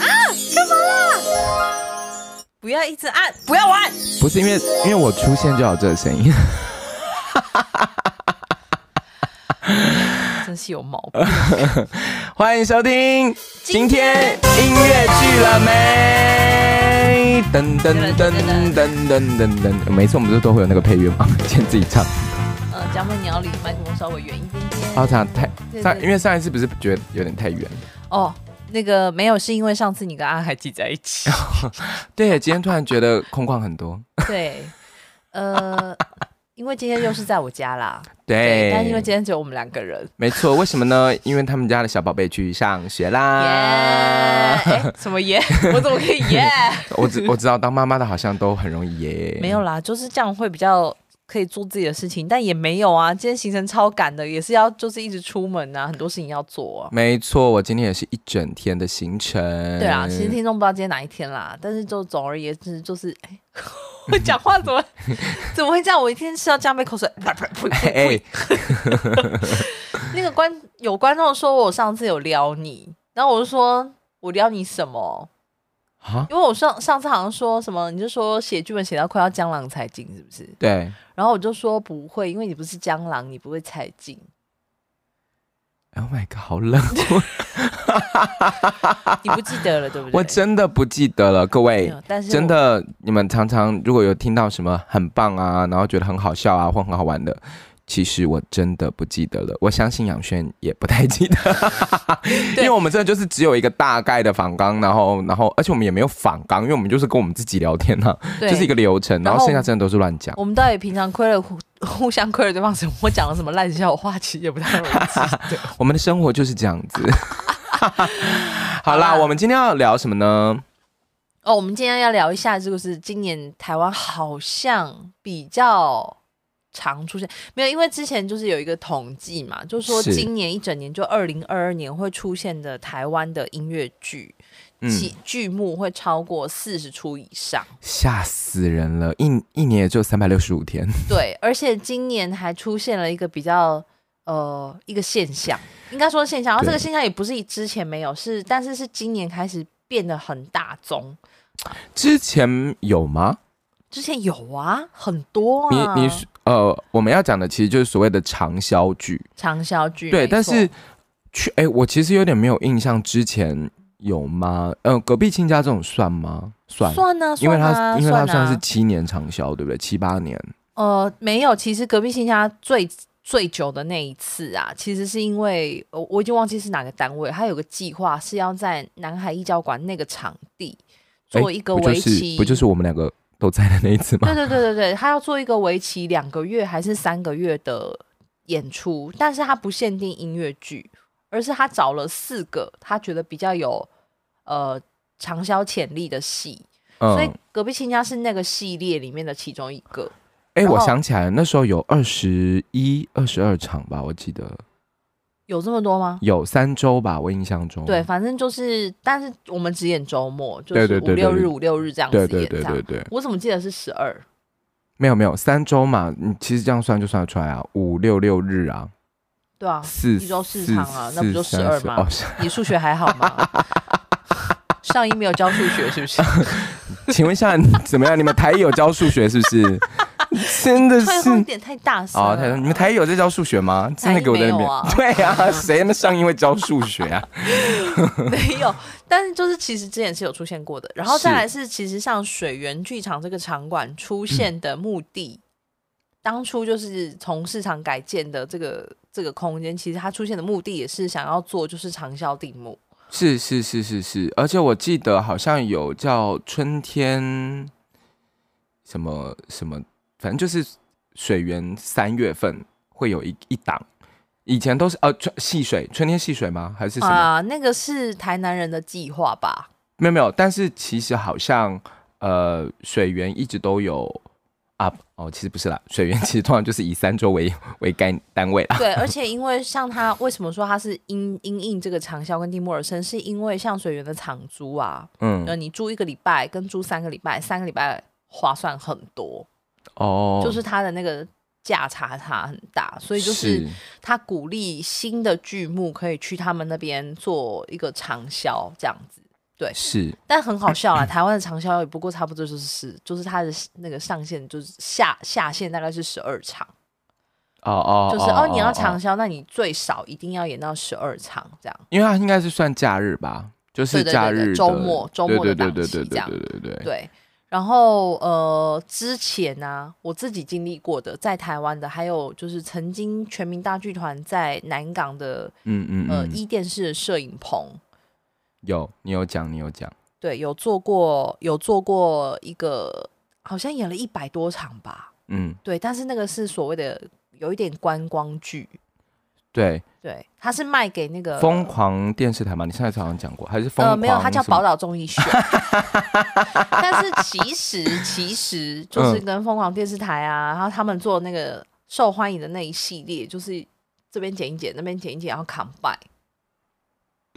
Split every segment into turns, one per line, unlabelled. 啊！干嘛啦？不要一直按，不要玩。
不是因为因为我出现就有这个声音，
真是有毛病。
欢迎收听
今
今天
天
音乐剧了没？噔噔噔噔噔噔噔，每次我们不是都会有那个配乐吗？ 先自己唱，
呃，江妹，你要离麦克风稍微远一点点。
好唱太
对
上，
对
因为上一次不是觉得有点太远，
哦，那个没有，是因为上次你跟阿海挤在一起。
对，今天突然觉得空旷很多，
对，呃，因为今天又是在我家啦。
哎
对，但是因为
对，
今天只有我们两个人。
没错，为什么呢？因为他们家的小宝贝去上学
耶！
啦。
哎什么耶？我怎么可以耶？
我知我知道，当妈妈的好像都很容易耶，
没有啦，就是这样会比较可以做自己的事情，但也没有啊。今天行程超赶的，也是要就是一直出门啊，很多事情要做、啊。
没错，我今天也是一整天的行程。
对
嗯
啊，其实听众不知道今天哪一天啦，但是就总而言之就是， 哎、我讲话怎么 怎么会这样？我一天吃到这样杯口水， 呸呸呸呸
哎、
那个观有观众说我上次有撩你，然后我就说我撩你什么？
啊，
因为我上上次好像说什么，你就说写剧本写到快要江郎才尽，是不是？
对，
然后我就说不会，因为你不是江郎，你不会才尽。
Oh my god，好冷，
你不记得了，对不对？
啊我真的不记得了，各
没
位。
有，但是
真
我
的，你们常常如果有听到什么很棒啊，然后觉得很好笑啊，或很好玩的，其实我真的不记得了。我相信杨轩也不太记得， 因为我们真的就是只有一个大概的访纲，然后然后而且我们也没有访纲，因为我们就是跟我们自己聊天啊，
对
就是一个流程，然
然
后
后
剩下真的都是乱讲。
我们到底平常亏了互 互相亏了对方什么？我讲了什么烂笑话，其实也不太容易记得。
我们的生活就是这样 子。 好啦，
好啦
我们今天要聊什么呢？
哦，我们今天要聊一下，就是今年台湾好像比较常出现，没有，因为之前就是有一个统计嘛，就是说
是
今年一整年就二零二二年会出现的台湾的音乐剧。
嗯
其剧目会超过四十出以上，
吓死人了，一一年也就三百六十五天，
对，而且今年还出现了一个比较呃一个现象，应该说现象，然后
对
这个现象也不是之前没有，是但是是今年开始变得很大宗。
之前有吗？
之前有啊，很多啊，
你你是呃，我们要讲的其实就是所谓的长销剧，
畅销剧
对，
没
但
错
是去哎、我其实有点没有印象，之前有吗？呃，隔壁亲家这种算吗？算，
算呢、啊，
因为它、
啊、
因为它
算
算
啊
是七年长销，对不对？七八年，
呃没有，其实隔壁新家最。最久的那一次啊，其实是因为呃我已经忘记是哪个单位，它有个计划是要在南海医教馆那个场地
哎
做一个
不就
为
是
期，
不就是我们两个都在的那一次吗
对？对对对对，他要做一个为期两个月还是三个月的演出，但是他不限定音乐剧，而是他找了四个他觉得比较有呃长销潜力的戏，所以
嗯，
隔壁亲家是那个系列里面的其中一个。
哎、
然
我
后
想起来了，那时候有二十一、二十二场吧，我记得
有这么多吗？
有三周吧，我印象中。
对，反正就是，但是我们只演周末，就
对
是
对
五
对对
六日
对
五六日这样子
对
演这
对
样。
对对对，
我怎么记得是十二？
没有没有三周嘛，你其实这样算就算得出来啊，五六六日啊，
对啊，
四
一周四场啊那不就
四
12
三
吗
哦，是
你数学还好吗？ 上一没有教数学是不是？
请问一下怎么样？你们台艺有教数学是不是？真的
退后一
是。
点太大声了。
哦，台你们台艺有在教数学吗？真的
台艺
给我在那
没
边
有啊？
对啊，谁那上音会教数学啊？
没有，但是就是其实之前是有出现过的。然后
是
再来是，其实像水源剧场这个场馆出现的目的，当初就是从市场改建的这个这个空间，其实它出现的目的也是想要做就是长销定目。
是是是是是，而且我记得好像有叫春天什么什么，反正就是水源三月份会有一一档，以前都是呃春戏水，春天戏水吗？还是什么？
啊，那个是台南人的计划 吧？
没有没有，但是其实好像呃水源一直都有。啊哦，其实不是啦，水源其实通常就是以三周为为概单位啦。
对，而且因为像它为什么说它是因因应这个长销跟定目而生，是因为像水源的场租啊，
嗯，
呃，你租一个礼拜跟租三个礼拜，三个礼拜划算很多。
哦，
就是它的那个价差差很大，所以就是他鼓励新的剧目可以去他们那边做一个长销这样子。对
是
但很好笑啦，啊台湾的长销也不过差不多就是十，就是它的那个上限就是下下限大概是十二场，
哦哦，
就是哦你要长
哦，
销，那你最少一定要演到十二场这样。
因为它应该是算假日吧，就是
对对对
假
对
日的
周末周末的
对对
档
对
期
对
这
对
样
对对对对，
对，然后呃，之前呢、我自己经历过的，在台湾的，还有就是曾经全民大剧团在南港的
嗯嗯
呃
嗯，
一电视的摄影棚，
有你有讲你有讲，
对，有做过有做过一个，好像演了一百多场吧，
嗯
对，但是那个是所谓的有一点观光剧，
对，
对，它是卖给那个
疯狂电视台嘛，你上一次好像讲过，还是疯
呃，
狂
没有，它叫
什么
宝岛综艺秀。 但是其实其实就是
嗯
跟疯狂电视台啊，然后他们做那个受欢迎的那一系列，就是这边剪一剪，那边剪一剪，然后 combine，、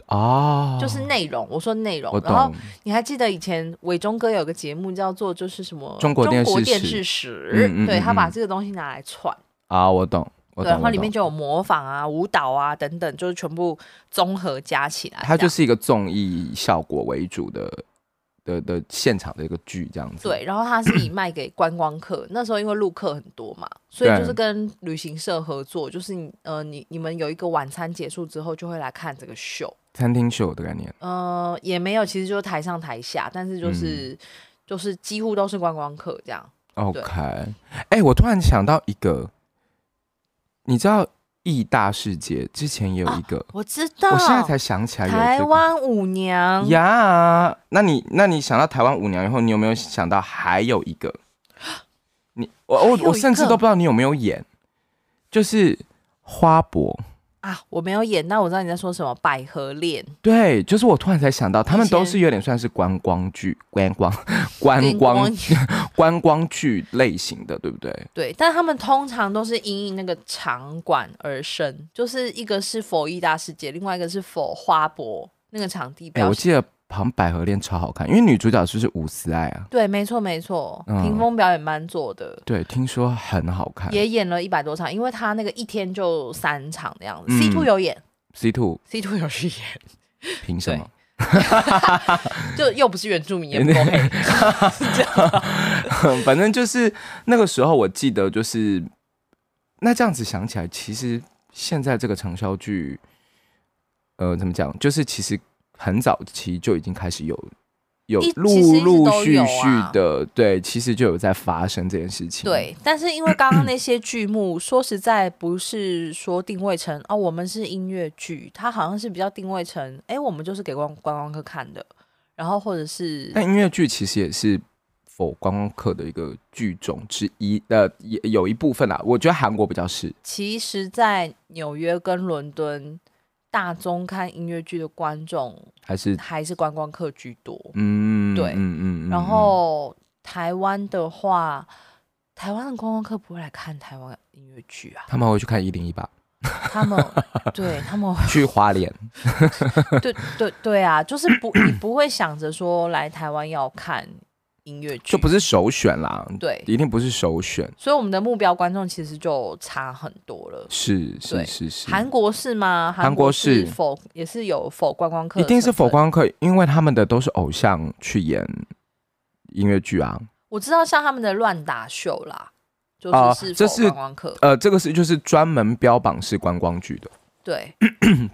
哦，
就是内容。我说内容
我，
然后
懂，
你还记得以前伟忠哥有个节目叫做就是什么
中国电视史
视史，
嗯嗯
对
嗯
他把
嗯
这个东西拿来串。
啊，我懂，我
对，
懂，
然后
我
里面
懂
就有模仿啊、舞蹈啊等等，就是全部综合加起来这样。
它就是一个综艺效果为主的的的现场的一个剧这样子，
对，然后它是以卖给观光客， 那时候因为陆客很多嘛，所以就是
对
跟旅行社合作，就是你呃你你们有一个晚餐结束之后就会来看这个秀，
餐厅秀的概念，
呃也没有，其实就是台上台下，但是
嗯
就是、就是几乎都是观光客这样，
OK，哎、我突然想到一个，你知道义大世界之前
啊
也有一个，
我知道，
我现在才想起来有、这个、
台湾舞娘
呀。那你那你想到台湾舞娘以后，你有没有想到还有一个？你我我
还有
我
一
甚至
个
都不知道你有没有演，就是花博。
啊，我没有演，那我知道你在说什么，百合恋，
对，就是我突然才想到，他们都
以前
是有点算是观光剧、观 光、观光、观光剧类型的，对不对？
对，但他们通常都是因应那个场馆而生，就是一个是否义大世界，另外一个是否花博那个场地
哎、
标
我
示。
记得好像百合恋超好看，因为女主角就是伍思爱啊。
对，没错没错，
嗯哎
屏风表演班做的，
对，听说很好看。
也演了一百多场，因为他那个一天就三场的样子。
嗯
C two 有演
C two
，C two 有去演，
凭什么？
就又不是原住民，也不 够黑。
反正就是那个时候，我记得就是那这样子想起来，其实现在这个长销剧，呃，怎么讲？就是其实很早期就已经开始有有
一其实一直
陆陆
都
续
有
续
啊
的，对，其实就有在发生这件事情。，
对，但是因为刚刚那些剧目， 说实在不是说定位成哦，我们是音乐剧，它好像是比较定位成，哎、我们就是给观观光客看的，然后或者是
但音乐剧其实也是。否观光客的一个剧种之一，呃，也有一部分啊，我觉得韩国比较是，
其实，在纽约跟伦敦，大宗看音乐剧的观众
还是
还是观光客居多，
嗯，
对
嗯嗯嗯，
然
嗯
后台湾的话，台湾的观光客不会来看台湾音乐剧啊，
他们会去看一零一吧，
他们 对他们
去 花莲，
对对对啊，就是不你不会想着说来台湾要看音乐剧，
就不是首选啦，
对，
一定不是首选，
所以我们的目标观众其实就差很多了。
是
对
是是是，
韩国是吗？
韩国
是
是
否也是有否观光客？
一定是否。观光客，因为他们的都是偶像去演音乐剧啊，
我知道像他们的乱打秀啦，就
啊
是是
这
否
是
观光客？
呃，这个是就是专门标榜是观光剧的，嗯
对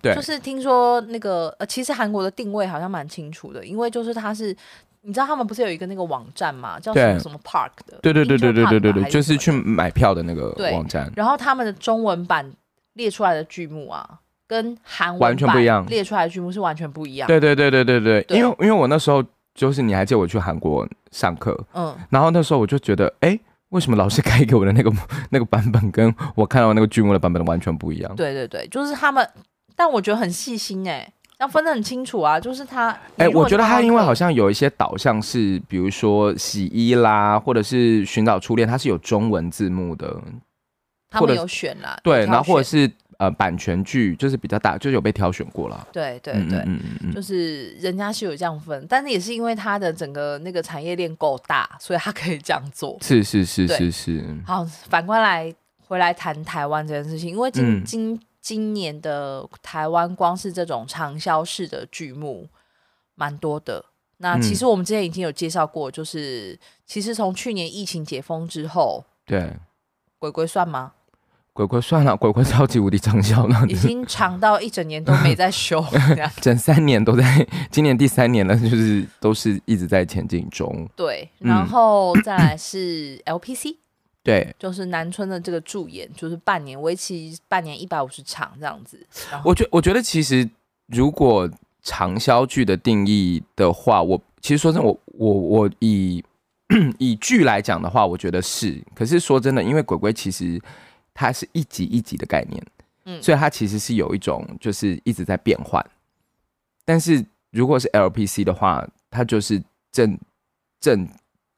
对
就是听说那个呃，其实韩国的定位好像蛮清楚的，因为就是它是。你知道他们不是有一个那个网站嘛，叫什么
对
什么 Park 的？
对对对对
Angel
对
Park
对对
吧
对，
还
就是
什么
去
的
买票的那个
对
网站，
然后他们的中文版列出来的剧目啊，跟韩文版
完全不一样
列出来的剧目是完全不一样。，
对对对对对对，
对
因为因为我那时候就是你还记得我去韩国上课，
嗯，
然后那时候我就觉得，哎，为什么老师开给我的那个那个版本跟我看到那个剧目的版本完全不一样？
对对对，就是他们，但我觉得很细心哎、要分得很清楚啊，就是他，你
哎、
如果
我觉得他因为
观
好
光客
像有一些导向是，比如说洗衣啦，或者是寻找初恋，它是有中文字幕的，
他
或
们
者
有选啦，
对，
有挑
然后或者
选
是呃版权剧，就是比较大，就是有被挑选过啦。
对对
嗯
对，
嗯嗯嗯嗯，
就是人家是有这样分，但是也是因为他的整个那个产业链够大，所以他可以这样做。
是是是
对
是是，
好，反过来回来谈台湾这件事情，因为今、
嗯
今今年的台湾光是这种畅销式的剧目，蛮多的。那
嗯
其实我们之前已经有介绍过，就是、其实从去年疫情解封之后，
对，
鬼鬼算吗？
鬼鬼算了，鬼鬼超级无敌畅销了，
已经长到一整年都没在休，这样
整三年都在，今年第三年了，就是都是一直在前进中。
对。
嗯
然后再来是 LPC，
对
就是南村的这个驻演，就是半年，为期半年一百五十场这样子。然后
我觉我觉得其实如果长销剧的定义的话，我其实说真的，我我我以 以剧来讲的话，我觉得是。可是说真的，因为鬼鬼其实它是一集一集的概念，
嗯
所以它其实是有一种就是一直在变换。但是如果是 LPC 的话，它就是正正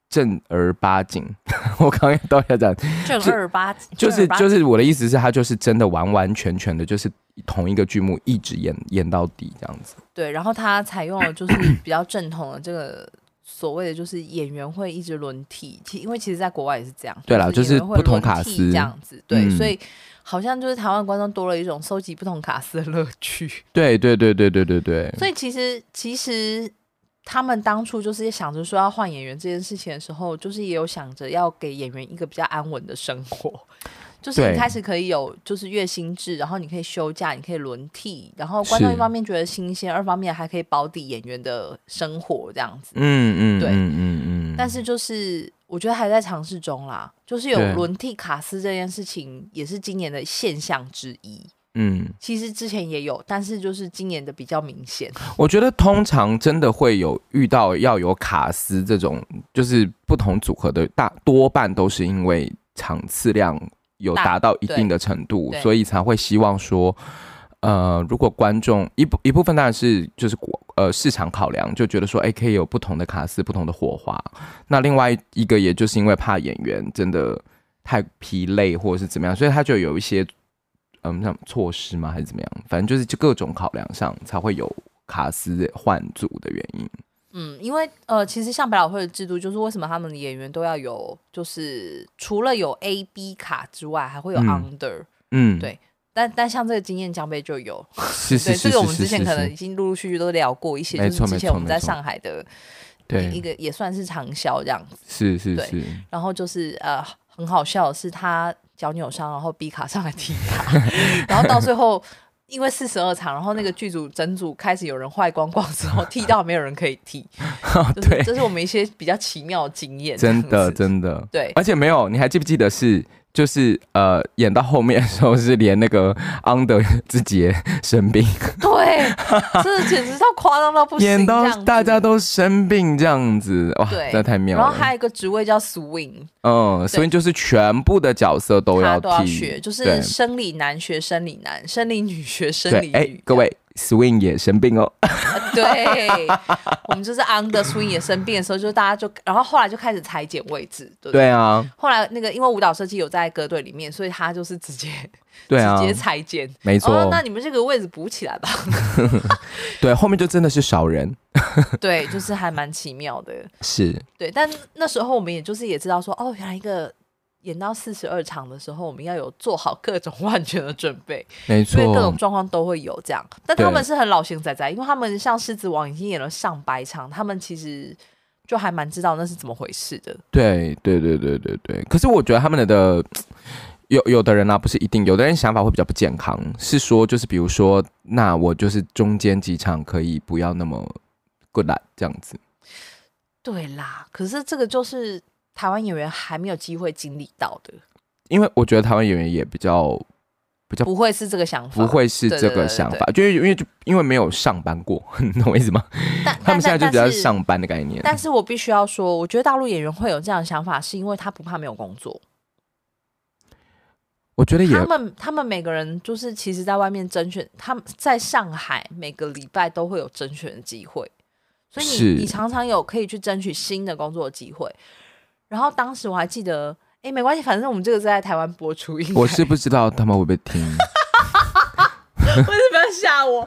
正儿八经。 我刚刚都要讲
正
这
二八
就是就是是我的意思是，他就是真的完完全全的，就是同一个剧目一直演演到底这样子。
对，然后他采用了就是比较正统的这个。所谓的就是演员会一直轮替，其因为其实，在国外也是这样。
对啦就是
演员会
不同
轮
卡
替
司
这样子，对，
嗯
所以好像就是台湾观众多了一种收集不同卡司的乐趣。
对对对对对对对，
所以其实其实他们当初就是想着说要换演员这件事情的时候，就是也有想着要给演员一个比较安稳的生活，就是
对
你开始可以有就是月薪制，然后你可以休假，你可以轮替，然后观众
是
一方面觉得新鲜，二方面还可以保底演员的生活这样子。
嗯嗯
对
嗯嗯嗯，
但是就是我觉得还在尝试中啦，就是有
对
轮替卡司这件事情也是今年的现象之一。
嗯，
其实之前也有，但是就是今年的比较明显。
我觉得通常真的会有遇到要有卡斯这种，就是不同组合的大多半都是因为场次量有
大
达到一
对
定的程度，
对
所以才会希望说，呃，如果观众一部一部分当然是就是国呃市场考量，就觉得说，哎，可以有不同的卡斯、不同的火花。那另外一个也就是因为怕演员真的太疲累或者是怎么样，所以他就有一些。嗯，那种措施吗？还是怎么样？反正就是就各种考量上才会有卡斯换组的原因。
嗯，因为呃，其实像百老汇的制度，就是为什么他们的演员都要有，就是除了有 A、B 卡之外，还会有
嗯
under、
嗯，
对但但像这个经验奖杯就有，
是是是
对，这个我们
是
之
是
前
是
可能已
是，
经陆陆续续都聊过一些，
没
就
错
是
没
之前
错
我们
没
在
错
上海的一
对，
个也算是长销这样子。
是是
对
是，
然后就是呃，很好笑的是他脚扭伤，然后 B 卡上来踢 他，然后到最后。因为四十二场，然后那个剧组整组开始有人坏光光之后，踢到没有人可以 踢，就是
对，
这是我们一些比较奇妙的经验，
真
这样
的
子
真的。
对
而且没有，你还记不记得是就是呃，演到后面的时候是连那个安德 自己也生病，
对，这简直是要夸张到不行，
演
这
到
样子
大家。都生病这样子，哇，
对
这太妙
然后
了。
还有一个职位叫 swing，
嗯，所以就是全部的角色都
他
要
都要
替
学，就是
对
生理男学生理男，生理女学生理
对，哎
女。，
各位，Swing 也生病哦，
啊对，我们就是 on the swing 也生病的时候，就大家就，然后后来就开始裁剪位置，对不对
对啊，
后来那个因为舞蹈设计有在歌队里面，所以他就是直接、
对啊
直，接裁剪。
没错，
哦，那你们这个位置补起来吧。
对，后面就真的是少人，
对，就是还蛮奇妙的。
是
对，但那时候我们也就是也知道说，哦，原来一个演到四十二场的时候，我们要有做好各种 万全的准备，
没
所以各种
错，
状况都会有这样。但
对
他们是很老型仔仔，因为他们像《狮子王》已经演了上百场，他们其实就还蛮知道那是怎么回事的。
对对对对对对。可是我觉得他们的有有的人啊，不是一定，有的人想法会比较不健康，是说就是比如说，那我就是中间几场可以不要那么 good luck 这样子，
对啦，可是这个就是台湾演员还没有机会经历到的，
因为我觉得台湾演员也比较
不会是这个想法，
不会是这
对对对
个
对
想
对
法，就是因为就因为没有上班过， 你懂我意思吗？
但
他们现在就比较
但
是上班的概念，
但是我必须要说，我觉得大陆演员会有这样的想法，是因为他不怕没有工作。
我觉得也
他们他们每个人就是其实，在外面甄选，他们在上海每个礼拜都会有甄选的机会，所以
是
你你常常有可以去争取新的工作的机会。然后当时我还记得，哎，没关系，反正我们这个是在台湾播出，应该
我是不知道他们会不会听，
为什么要吓我？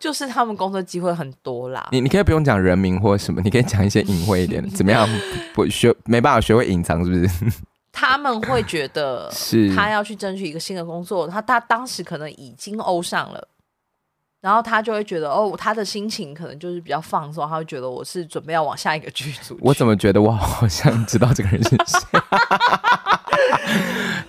就是他们工作机会很多啦，
你你可以不用讲人名或什么，你可以讲一些隐晦一点的，怎么样？ 不学没办法学会隐藏，是不 是？
他们会觉得
是
他要去争取一个新的工作，他他当时可能已经欧上了，然后他就会觉得哦，他的心情可能就是比较放松，他会觉得我是准备要往下一个剧组去。
我怎么觉得我好像知道这个人是谁？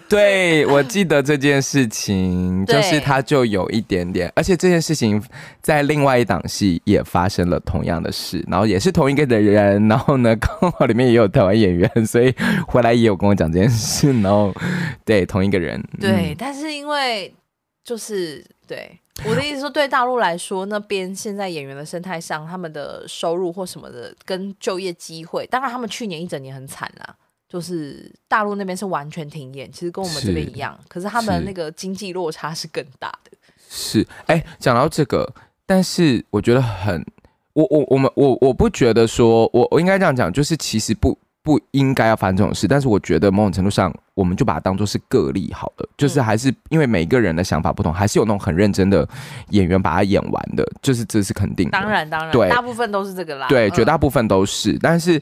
对，我记得这件事情，
对
就是他就有一点点，而且这件事情在另外一档戏也发生了同样的事，然后也是同一个的人，然后呢，刚好里面也有台湾演员，所以回来也有跟我讲这件事，然后对同一个人，嗯
对，但是因为就是对我的意思说，对大陆来说，那边现在演员的生态上，他们的收入或什么的跟就业机会，当然他们去年一整年很惨啦。就是大陆那边是完全停演，其实跟我们这边
是
一样，可是他们
是
那个经济落差是更大的。
是，哎，讲到这个，但是我觉得很，我我我们我我不觉得说，我我应该这样讲，就是其实不不应该要发生这种事，但是我觉得某种程度上，我们就把它当做是个例好了，就是
嗯
还是因为每个人的想法不同，还是有那种很认真的演员把它演完的，就是这是肯定的，
当然，当然，
对
大部分都是这个啦。
对，
嗯
绝大部分都是。但是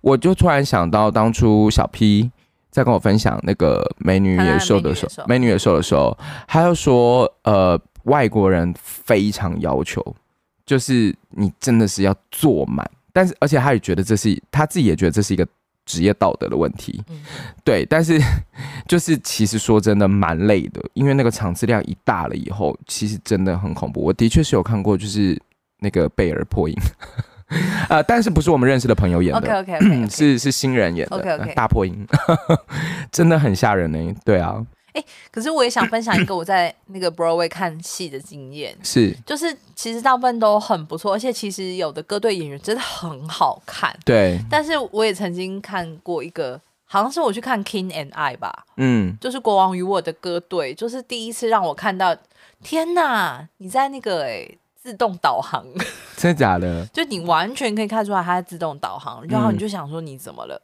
我就突然想到，当初小 P 在跟我分享那个《美女
他
野兽》的
美女
时候，
野兽
《美女野兽》的时候，他就说，呃，外国人非常要求，就是你真的是要做满，但是而且他也觉得这是他自己也觉得这是一个职业道德的问题。
嗯
对，但是就是其实说真的蛮累的，因为那个场次量一大了以后，其实真的很恐怖。我的确是有看过，就是那个贝尔破音， 呃，但是不是我们认识的朋友演
OK
的，
OK OK，
是是新人演的
OK，OK
呃大破音， 真的很吓人呢、对啊，
可是我也想分享一个我在那个 Broadway 看戏的经验，
是
就是其实大部分都很不错，而且其实有的歌队演员真的很好看。
对，
但是我也曾经看过一个，好像是我去看 King and I 吧，
嗯，
就是国王与我的歌队，就是第一次让我看到，天哪！你在那个诶、欸自动导航，
真的假的？
就你完全可以看出来它在自动导航，然后
嗯
你就想说你怎么了？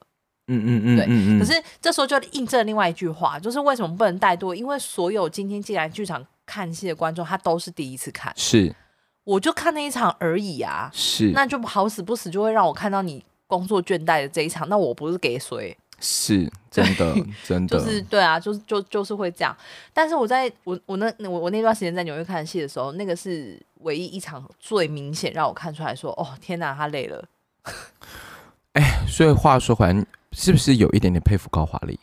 嗯嗯嗯
对
嗯嗯，
可是这时候就印证另外一句话，就是为什么不能带多？因为所有今天进来剧场看戏的观众，他都是第一次看，
是
我就看那一场而已啊。
是
那就好死不死就会让我看到你工作倦怠的这一场，那我不是给谁？
是，真 的真的，
就是对啊，就是就就是会这样。但是我在我我那我我那段时间在纽约看戏的时候，那个是唯一一场最明显让我看出来说，哦天哪，他累了。
所以话说回来，是不是有一点点佩服高华丽？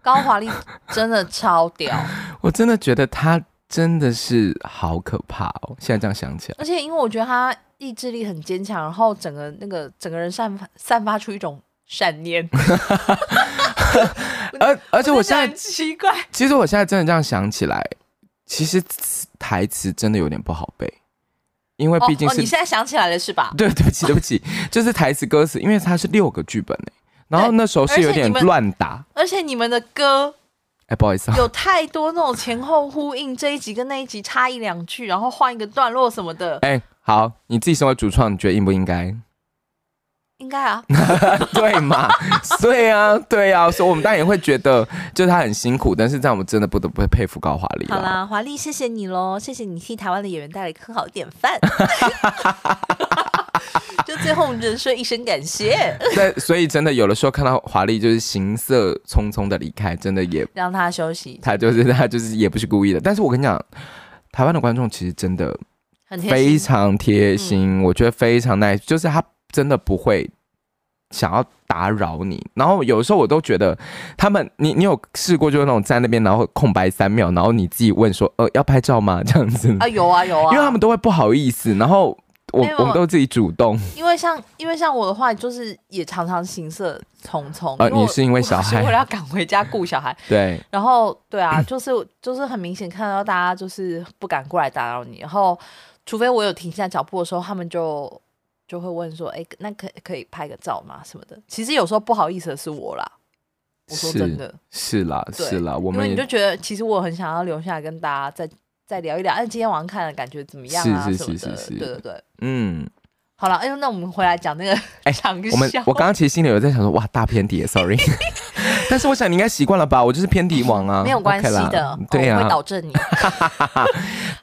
高华丽真的超屌，
我真的觉得他真的是好可怕哦！现在这样想起来，
而且因为我觉得他意志力很坚强，然后整个那个整个人散发散发出一种善念，
而 而
而
且我现在
很，奇怪，
其实我现在真的这样想起来，其实词台词真的有点不好背，因为
哦
毕竟
哦，
是、
你现在想起来了是吧？
对对不起对 不起，就是台词歌词，因为它是六个剧本哎，然后
对
那时候
而
是
且
有点
你们
乱打，
而且你们的歌
哎，不好意思啊，
有太多那种前后呼应，这一集跟那一集差一两句，然后换一个段落什么的，
哎，好，你自己身为主创，你觉得应不应该？
应该啊，
对嘛？对啊，对啊，所以我们当然也会觉得，就是他很辛苦，但是这样我们真的不得不佩服高华丽
好
了。
啦，华丽，谢谢你喽，谢谢你替台湾的演员带来一个很好的典 范。就最后，我们只能说一声感谢，
但所以真的有的时候看到华丽就是行色匆匆的离开，真的也
让他休息，
他就是他就是也不是故意的。但是我跟你讲，台湾的观众其实真的
很贴
非
心。
常贴
嗯
心，我觉得非常 nice，就是他真的不会想要打扰你。然后有时候我都觉得他们，你你有试过就是那种在那边然后空白三秒，然后你自己问说呃要拍照吗这样 子，
啊，有啊有啊，
因为他们都会不好意思，然后我
没有
我们都自己主动。
因为像因为像我的话，就是也常常行色匆匆。
呃
我
你是因为小孩
我是为了要赶回家顾小孩，
对，
然后对啊，就是就是很明显看到大家就是不敢过来打扰你，然后除非我有停下脚步的时候，他们就就会问说：“哎、那可可以拍个照吗？什么的。”其实有时候不好意思的是我啦，我说
是
真的，
是啦
对
是啦，我
因
们
为
也
你就觉得其实我很想要留下来跟大家再再聊一聊，哎，今天晚上看了感觉怎么样啊？
是是
什么的，
是是是
对对对。
嗯。
好了，哎呦，那我们回来讲那个
哎
长
我们
效
我刚刚其实心里有在想说，哇，大偏题，sorry，但是我想你应该习惯了吧？我就是偏题王啊，
没有关系
OK 啦
的，哦
对啊
我
呀、
会导正你。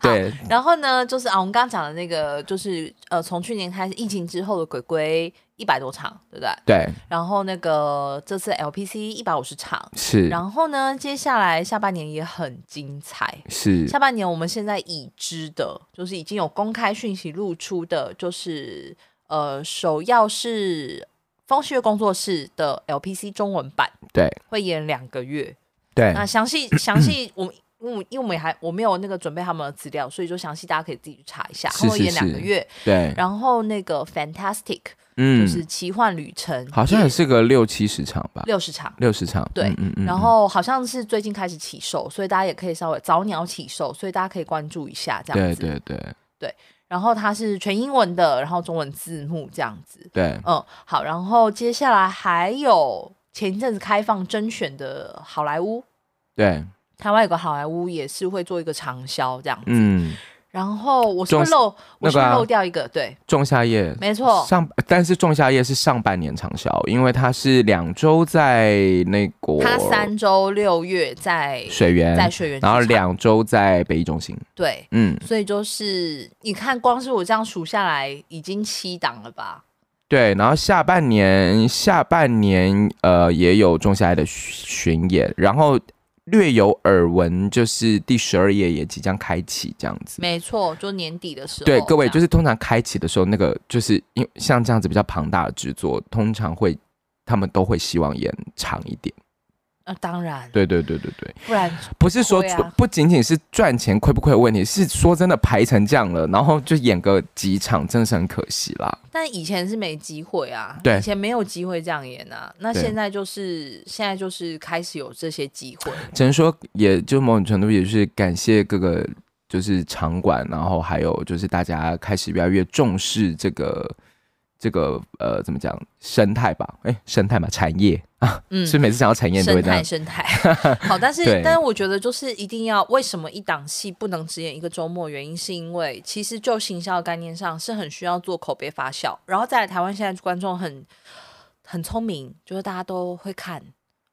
对，
然后呢，就是啊，我们刚刚讲的那个，就是呃，从去年开始疫情之后的鬼鬼一百多场，对不对？
对，
然后那个这次 LPC 一百五十场，
是，
然后呢，接下来下半年也很精彩。
是
下半年我们现在已知的，就是已经有公开讯息露出的，就是呃，首要是风旭月工作室的 LPC 中文版
对
会演两个月。
对
那详细详细我们。因为我因为我们也还我没有那个准备他们的资料，所以就详细大家可以自己去查一下。
是
他们会
是
演两个
是
月，
对，
然后那个 Fantastic 就
嗯，
是奇幻旅程，
好像也是个六七十场吧，
六十场。
六十场，
对
嗯嗯嗯，
然后好像是最近开始起售，所以大家也可以稍微早鸟起售，所以大家可以关注一下这样
对
子。
对对
然后它是全英文的，然后中文字幕这样子。
对，
嗯，好。然后接下来还有前一阵子开放甄选的好莱坞，
对，
台湾有个好莱坞也是会做一个长销这样子。
嗯，
然后我是不是
中
漏，我是不
那
是
个啊
漏掉一个？对，
仲夏夜
没错，
上，但是仲夏夜是上半年长销，因为它是两周在那个
它三周六月在
水
在
源，
水源剧
嗯然
场，
后两周在北艺中心，
对。
嗯，
所以就是你看，光是我这样数下来，已经七档了吧？
对，然后下半年下半年呃也有仲夏夜的巡演，然后略有耳闻，就是第十二夜也即将开启这样子。
没错，就年底的时候。
对各位，就是是通常开启的时候，那个就是因为像这样子比较庞大的制作，通常会他们都会希望延长一点。
呃，当然，
对对对对对，
不然
不是说
亏啊
不仅仅是赚钱亏不亏的问题，是说真的排成这样了，然后就演个几场，真的是很可惜啦。
但以前是没机会啊，
对
以前没有机会这样演啊。那
对
现在就是现在就是开始有这些机会，
只能说，也就某种程度也是感谢各个就是场馆，然后还有就是大家开始越来越重视这个。这个呃，怎么讲生态吧？哎，生态嘛，产业，
嗯，
所以每次讲到产业，你都会
生
这样
态生态。 好，但是
对
但是我觉得就是一定要为什么一档戏不能只演一个周末？原因是因为其实就行销的概念上是很需要做口碑发酵，然后再来台湾现在观众很很聪明，就是大家都会看，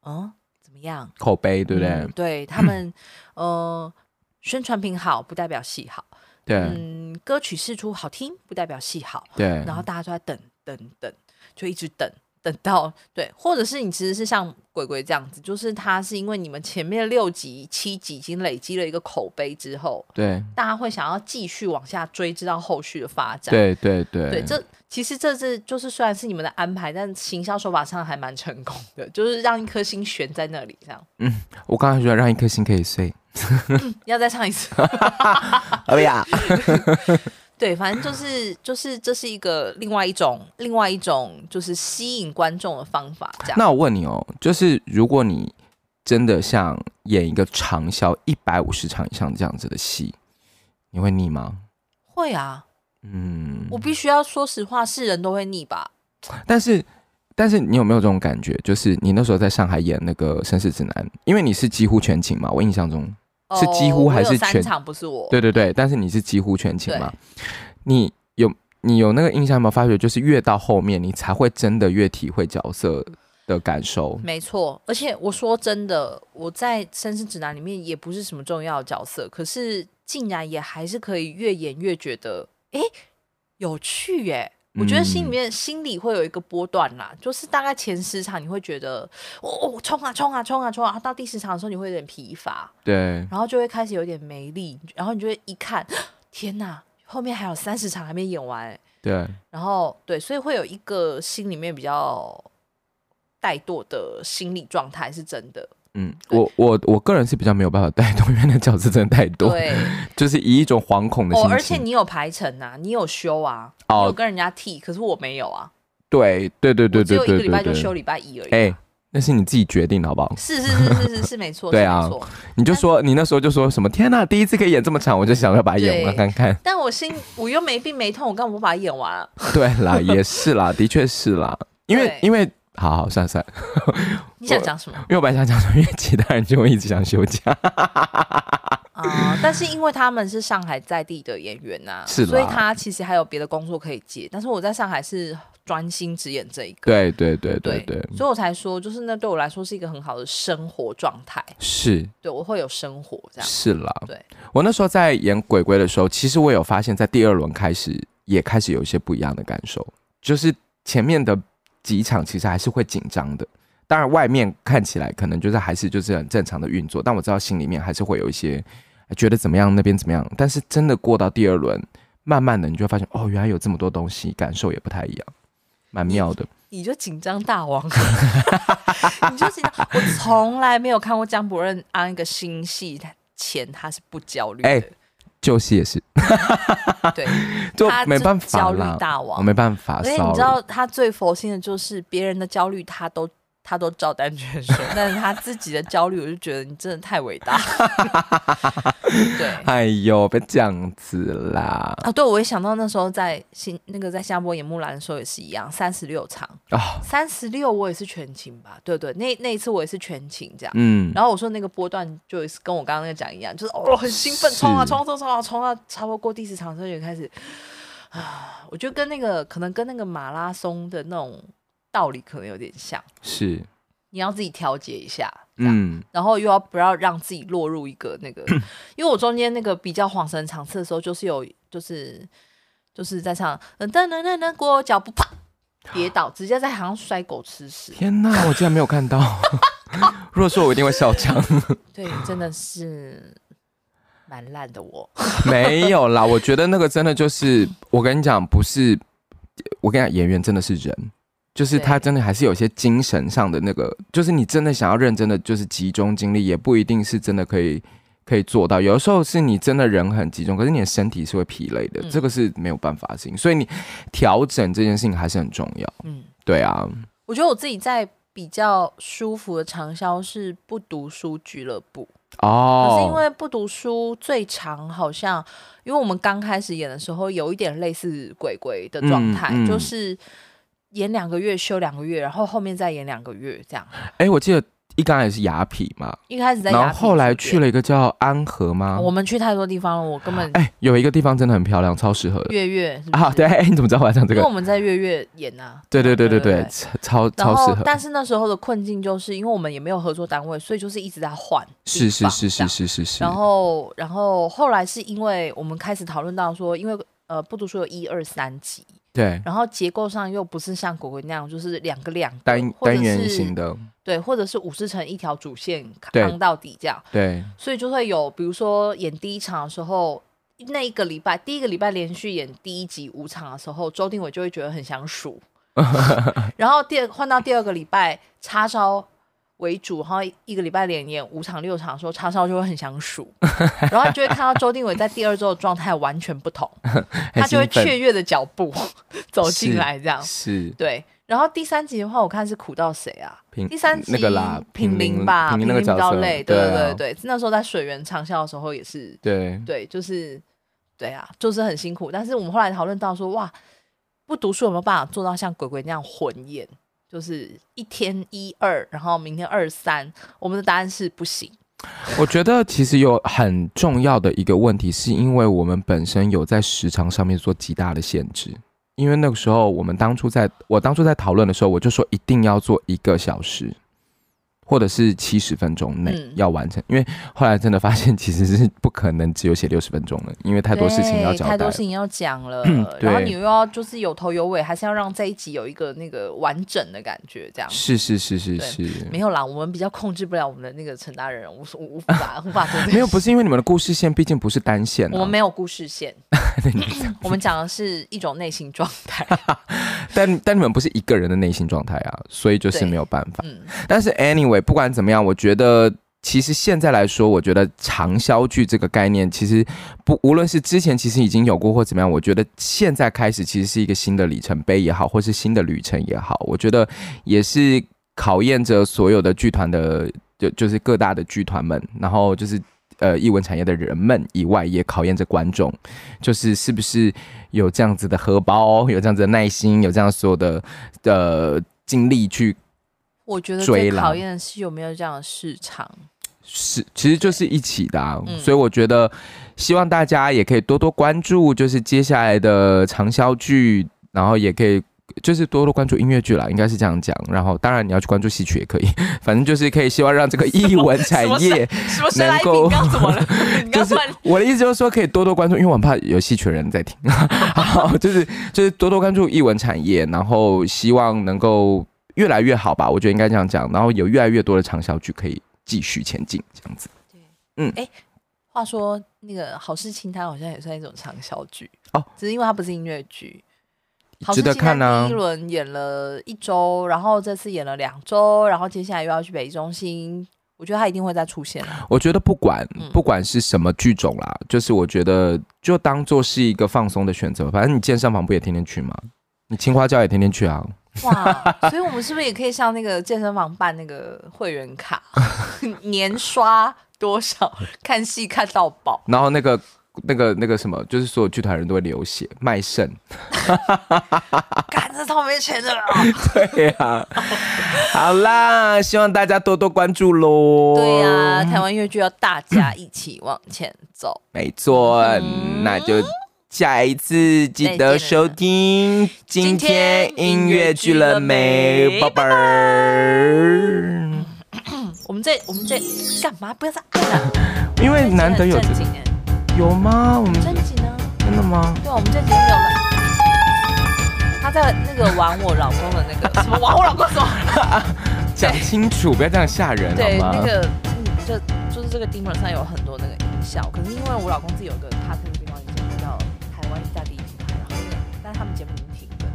嗯，怎么样？
口碑，对不对？
嗯对他 们，呃，宣传品好不代表戏好，
对、
嗯，歌曲试出好听不代表戏好，
对，
然后大家都在等等等，就一直等。等到对，或者是你其实是像鬼鬼这样子，就是他是因为你们前面六集、七集已经累积了一个口碑之后，
对
大家会想要继续往下追，知道后续的发展。
对对对
对，这其实这是就是虽然是你们的安排，但行销手法上还蛮成功的，就是让一颗心悬在那里，这样。
我刚才说让一颗心可以碎，
要再唱一次。
哎呀，
啊对，反正就是就是这是一个另外一种另外一种就是吸引观众的方法，这样。
那我问你哦，就是如果你真的像演一个长销一百五十场以上这样子的戏，你会腻吗？
会啊，
嗯，
我必须要说实话，是人都会腻吧？
但是但是你有没有这种感觉？就是你那时候在上海演那个《绅士指南》，因为你是几乎全勤嘛，我印象中，
哦
是几乎还是
我有三
全
场不是我？
对对对，但是你是几乎全勤嘛，你有你有那个印象吗？发觉就是越到后面，你才会真的越体会角色的感受。
没错，而且我说真的，我在《绅士指南》里面也不是什么重要的角色，可是竟然也还是可以越演越觉得，诶，有趣耶、我觉得
嗯
心里面、心里会有一个波段啦，就是大概前十场你会觉得，哦哦，冲啊冲啊冲啊冲啊，到第十场的时候你会有点疲乏，
对
然后就会开始有点没力，然后你就会一看， 天哪，后面还有三十场还没演完欸、
对，
然后对，所以会有一个心里面比较怠惰的心理状态，是真的。
嗯，
对
我我我个人是比较没有办法带动，因为那角色真的太多，
对，
就是以一种惶恐的心
哦，
情。
而且你有排程啊，你有休啊，
哦
你有跟人家替，可是我没有啊，
对对对对对
我只有一
对
个礼拜
对
就
对，
休礼拜一而已啊。
哎、那是你自己决定的好不好？
是是是是是是没错，
对
是
啊
没错。
你就说你那时候就说什么天呐，第一次可以演这么长，我就想要把它演完
对
看看。
但我心我又没病没痛，我干嘛不把它演完啊？
对啦，也是啦，的确是啦，因为
对
因为好好算了算了。
你想讲什么
因为我本来想讲说，因为其他人就会一直想休假，
啊？但是因为他们是上海在地的演员呐、
是啦
所以他其实还有别的工作可以接。但是我在上海是专心只演这一个。
对对对对对，
所以我才说，就是那对我来说是一个很好的生活状态。
是
对我会有生活这样。
是啦。
对，
我那时候在演鬼鬼的时候，其实我有发现，在第二轮开始也开始有一些不一样的感受，就是前面的几场其实还是会紧张的。当然，外面看起来可能就是还是就是很正常的运作，但我知道心里面还是会有一些哎觉得怎么样那边怎么样。但是真的过到第二轮，慢慢的你就会发现，哦，原来有这么多东西，感受也不太一样，蛮妙的。
你就紧张大王， 你就紧张。我从来没有看过江博任安一个新戏前他是不焦虑的，
哎旧戏也是，
对，
就
他
没
是
办法
焦虑
啦，
大
我
王。
没办法。
所以你知
sorry
道他最佛心的就是别人的焦虑他都他都照单全收， 但是他自己的焦虑，我就觉得你真的太伟大。 对。
哎呦，别这样子啦！
啊，对，我也想到那时候在新那个在新加坡演木兰的时候也是一样，三十六场，
啊、
三十六我也是全勤吧，对对，那那一次我也是全勤这样。
嗯，
然后我说那个波段就是跟我刚刚那个讲一样，就是哦很兴奋，
是
冲啊冲啊冲啊冲啊冲啊，差不多过第十场之后就开始啊，我觉得跟那个可能跟那个马拉松的那种道理可能有点像，
是，
你要自己调节一下，嗯，
嗯，
然后又要不要让自己落入一个那个， 因为我中间那个比较晃神场次的时候，就是有就是就是在唱噔噔噔噔噔，裹脚步啪跌倒，直接在好像摔狗吃屎，
天哪，我竟然没有看 到。如果说我一定会笑场，
对，真的是蛮烂的我。
没有啦。我觉得那个真的就是，我跟你讲，不是，我跟你讲，演员真的是人，就是他
对
真的还是有一些精神上的那个，就是你真的想要认真的，就是集中精力，也不一定是真的可以可以做到。有的时候是你真的人很集中，可是你的身体是会疲累的，
嗯
这个是没有办法的事情。所以你调整这件事情还是很重要。
嗯，
对啊，
我觉得我自己在比较舒服的长销是不读书俱乐部，可是因
哦，
为不读书最长好像，因为我们刚开始演的时候有一点类似鬼鬼的状态，
嗯嗯
就是演两个月休两个月，然后后面再演两个月这样。
哎、我记得一刚开始是雅痞嘛，
一开始在
然
雅
后
痞
后来
酒店
去、了一个叫安和吗？
我们去太多地方了，我根本
哎、有一个地方真的很漂亮，超适合的
月月是不是
啊！对，， 哎你怎么知道我要讲这
因为
个
我？们在月月演啊。
对对对对
对
对
对，
超
然
超适
后
合，，
但是那时候的困境就是因为我们也没有合作单位，所以就是一直在换地
是是
方
是
这
是
样
是是是，
然后，然后后来是因为我们开始讨论到说，因为呃，不读书有一二三级，
对
然后结构上又不是像果果那样，就是两个两个
单
或者
单元
是
型的，
对，或者是五十层一条主线
对
扛到底这样，
对
所以就会有，比如说演第一场的时候。那一个礼拜，第一个礼拜连续演第一集五场的时候，周定伟就会觉得很想 数。然后第二换到第二个礼拜，叉烧为主，然后一个礼拜连演五场六场的时候，叉烧就会很想 数，然后你就会看到周定伟在第二周的状态完全不同，
很
他就会
兴奋
雀跃的脚步 走进
是
来，这样
是
对。然后第三集的话，我看是苦到谁啊？
平
第三集
嗯那个啦，
品
林
林吧，
品
品
林那个
比
角
较
色，
累，对
对
对
啊
对对，那时候在水源畅销的时候也是，
对
对，就是对啊，就是很辛苦。但是我们后来讨论到说，哇，不读书有没有办法做到像鬼鬼那样混演？就是一天一二，然后明天二三，我们的答案是不行。
我觉得其实有很重要的一个问题，是因为我们本身有在时长上面做极大的限制。因为那个时候，我们当初在我当初在讨论的时候，我就说一定要做一个小时，或者是七十分钟内
嗯
要完成。因为后来真的发现，其实是不可能只有写六十分钟了，因为太多事情要
对
交
太
代，
多事。情要讲了 然后
对
你又要就是有头有尾，还是要让这一集有一个那个完整的感觉，这样。
是是是是是，
没有啦，我们比较控制不了我们的那个陈大人，无无无法无法做这个
没有不是因为你们的故事线毕竟不是单线、
我们
啊，
没有故事 线，我们讲的是一种内心状态。
但但你们不是一个人的内心状态啊，所以就是
对
没有办法。
嗯，
但是 anyway，不管怎么样，我觉得其实现在来说，我觉得长销剧这个概念，其实不无论是之前其实已经有过或怎么样，我觉得现在开始其实是一个新的里程碑也好，或是新的旅程也好，我觉得也是考验着所有的剧团的，就就是各大的剧团们，然后就是。呃，艺文产业的人们以外，也考验着观众，就是是不是有这样子的荷包，有这样子的耐心，有这样所有的呃精力去
我觉得
追
最
啦
考验的是有没有这样的市场。
是，其实就是一起的、啊，
嗯
所以我觉得希望大家也可以多多关注，就是接下来的长销剧，然后也可以就是多多关注音乐剧啦，应该是这样讲。然后当然你要去关注戏曲也可以， 反正就是可以希望让这个艺文产业，
什么谁来一
能够
瓶？刚怎 么了？你
就
刚
是
突然
我的意思就是说可以多多关注，因为我很怕有戏曲人在听，好，就是就是多多关注艺文产业，然后希望能够越来越好吧，我觉得应该这样讲。然后有越来越多的长小剧可以继续前进，这样子。
话说那个《好事清单》好像也算一种畅销剧
哦，
只是因为它不是音乐剧。好
值
事
得
清单
看啊
第一轮演了一周，然后这次演了两周，然后接下来又要去北艺中心，我觉得它一定会再出现啊啦。
我觉得不管
嗯
不管是什么剧种啦，就是我觉得就当做是一个放松的选择。反正你健身房不也天天去吗？你青花椒也天天去啊？
哇！所以我们是不是也可以像那个健身房办那个会员卡， 年刷多少，看戏看到饱？
然后那个那个那个什么，就是所有剧团人都会流血卖肾。
干这超没钱 的了。
对呀、好啦，希望大家多多关注喽。
对啊呀、台湾音乐剧要大家一起往前走。
没错，
嗯
那就下一次记得收听。
今
今
天
天音
音
乐
乐
剧
剧
了
了
没，
没
宝贝儿？
我们这我们这干嘛？不要再按了。
因为难得有嗯
正经哎，
有吗？我们
正经呢？
真的吗？
对，我们这集没有了。他在那个玩我老公的那个什么玩我老公什么？
讲清楚，不要这样吓人
对，
好吗？
那个嗯，就就是这个 dimmer 上有很多那个音效，可是因为我老公自己有一个 p 特的地方已经叫台湾一大第一品牌，然后那个但是他们节目已经停更了，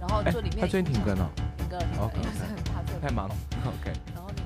然后就里面
哎他最近停更了
停更了，停更了，因为是很怕这个
哦太忙了。OK。
然后那个。啊哎